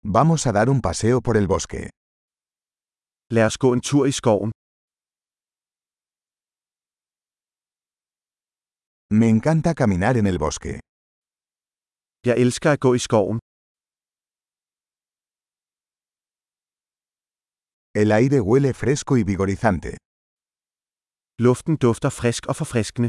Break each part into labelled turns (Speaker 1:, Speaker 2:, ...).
Speaker 1: Vamos a dar un paseo por el bosque.
Speaker 2: Lad os gå en tur i skoven.
Speaker 1: Me encanta caminar en el bosque.
Speaker 2: Jeg elsker at gå i skoven.
Speaker 1: El aire huele fresco y vigorizante.
Speaker 2: Luften dufter frisk og forfriskende.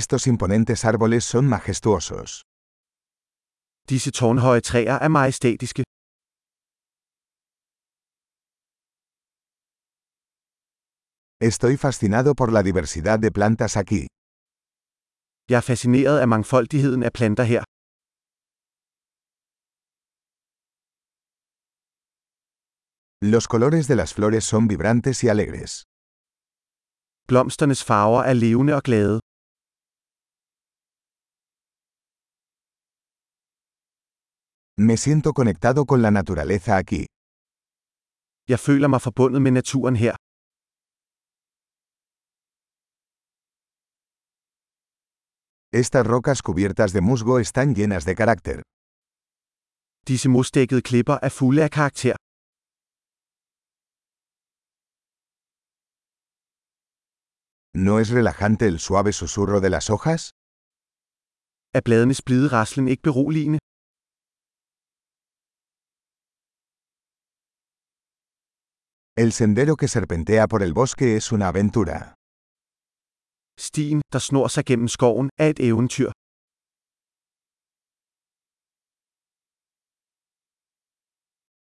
Speaker 1: Estos imponentes árboles son majestuosos.
Speaker 2: Disse tårnhøje træer er majestætiske.
Speaker 1: Estoy fascinado por la diversidad de plantas aquí.
Speaker 2: Jeg er fascineret af mangfoldigheden af planter her.
Speaker 1: Los colores de las flores son vibrantes y alegres.
Speaker 2: Blomsternes farver er levende og glade.
Speaker 1: Me siento conectado con la naturaleza aquí.
Speaker 2: Jeg føler mig forbundet med naturen her.
Speaker 1: Estas rocas cubiertas de musgo están llenas de carácter.
Speaker 2: Disse mosdækkede klipper er fulde af karakter.
Speaker 1: ¿No es relajante el suave susurro de las hojas?
Speaker 2: Er bladenes blide raslen ikke beroligende?
Speaker 1: El sendero que serpentea por el bosque es una aventura.
Speaker 2: Stien, der snor sig gennem skoven, er et eventyr.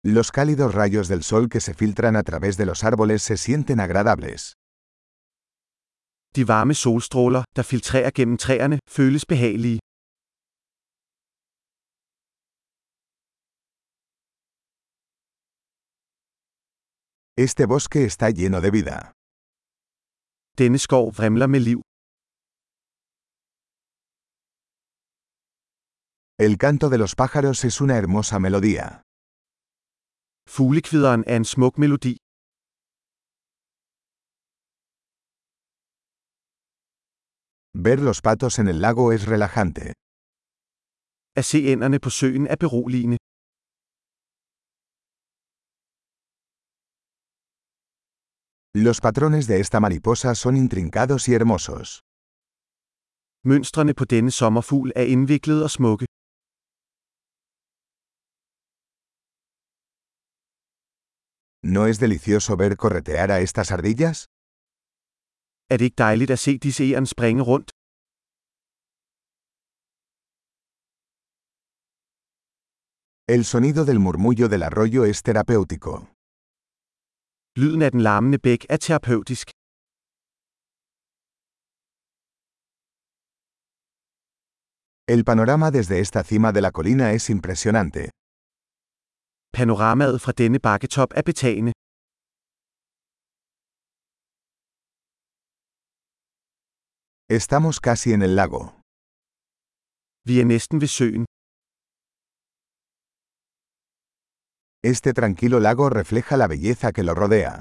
Speaker 1: Los cálidos rayos del sol que se filtran a través de los árboles se sienten agradables.
Speaker 2: De varme solstråler, der filtrerer gennem træerne, føles behagelige.
Speaker 1: Este bosque está lleno de vida.
Speaker 2: Denne skov vrimler med liv.
Speaker 1: El canto de los pájaros es una hermosa melodía.
Speaker 2: Fuglekvideren er en smuk melodi.
Speaker 1: Ver los patos en el lago es relajante.
Speaker 2: At se ænderne på søen er beroligende.
Speaker 1: Los patrones de esta mariposa son intrincados y hermosos.
Speaker 2: Mønstrene på denne sommerfugl er indviklede og smukke.
Speaker 1: ¿No es delicioso ver corretear a estas ardillas?
Speaker 2: Er det ikke dejligt at se disse æren springe rundt?
Speaker 1: El sonido del murmullo del arroyo es terapéutico.
Speaker 2: Lyden af den larmende bæk er terapeutisk.
Speaker 1: El panorama desde esta cima de la colina es impresionante.
Speaker 2: Panoramaet fra denne bakketop er betagende.
Speaker 1: Estamos casi en el lago.
Speaker 2: Vi er næsten ved søen.
Speaker 1: Este tranquilo lago refleja la belleza que lo rodea.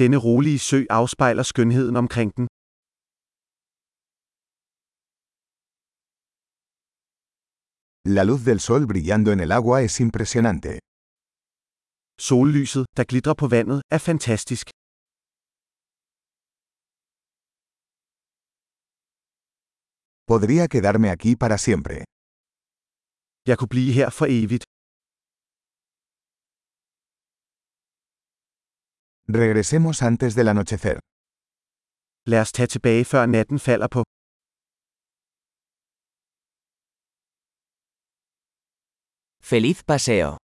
Speaker 2: Denne rolige sø afspejler skønheden omkring den.
Speaker 1: La luz del sol brillando en el agua es impresionante.
Speaker 2: Sollyset, der glitrer på vandet, er fantastisk.
Speaker 1: Podría quedarme aquí para siempre.
Speaker 2: Jeg kunne blive her for evigt.
Speaker 1: Regresemos antes del anochecer.
Speaker 2: Lad os tage tilbage, før natten falder på.
Speaker 3: ¡Feliz paseo!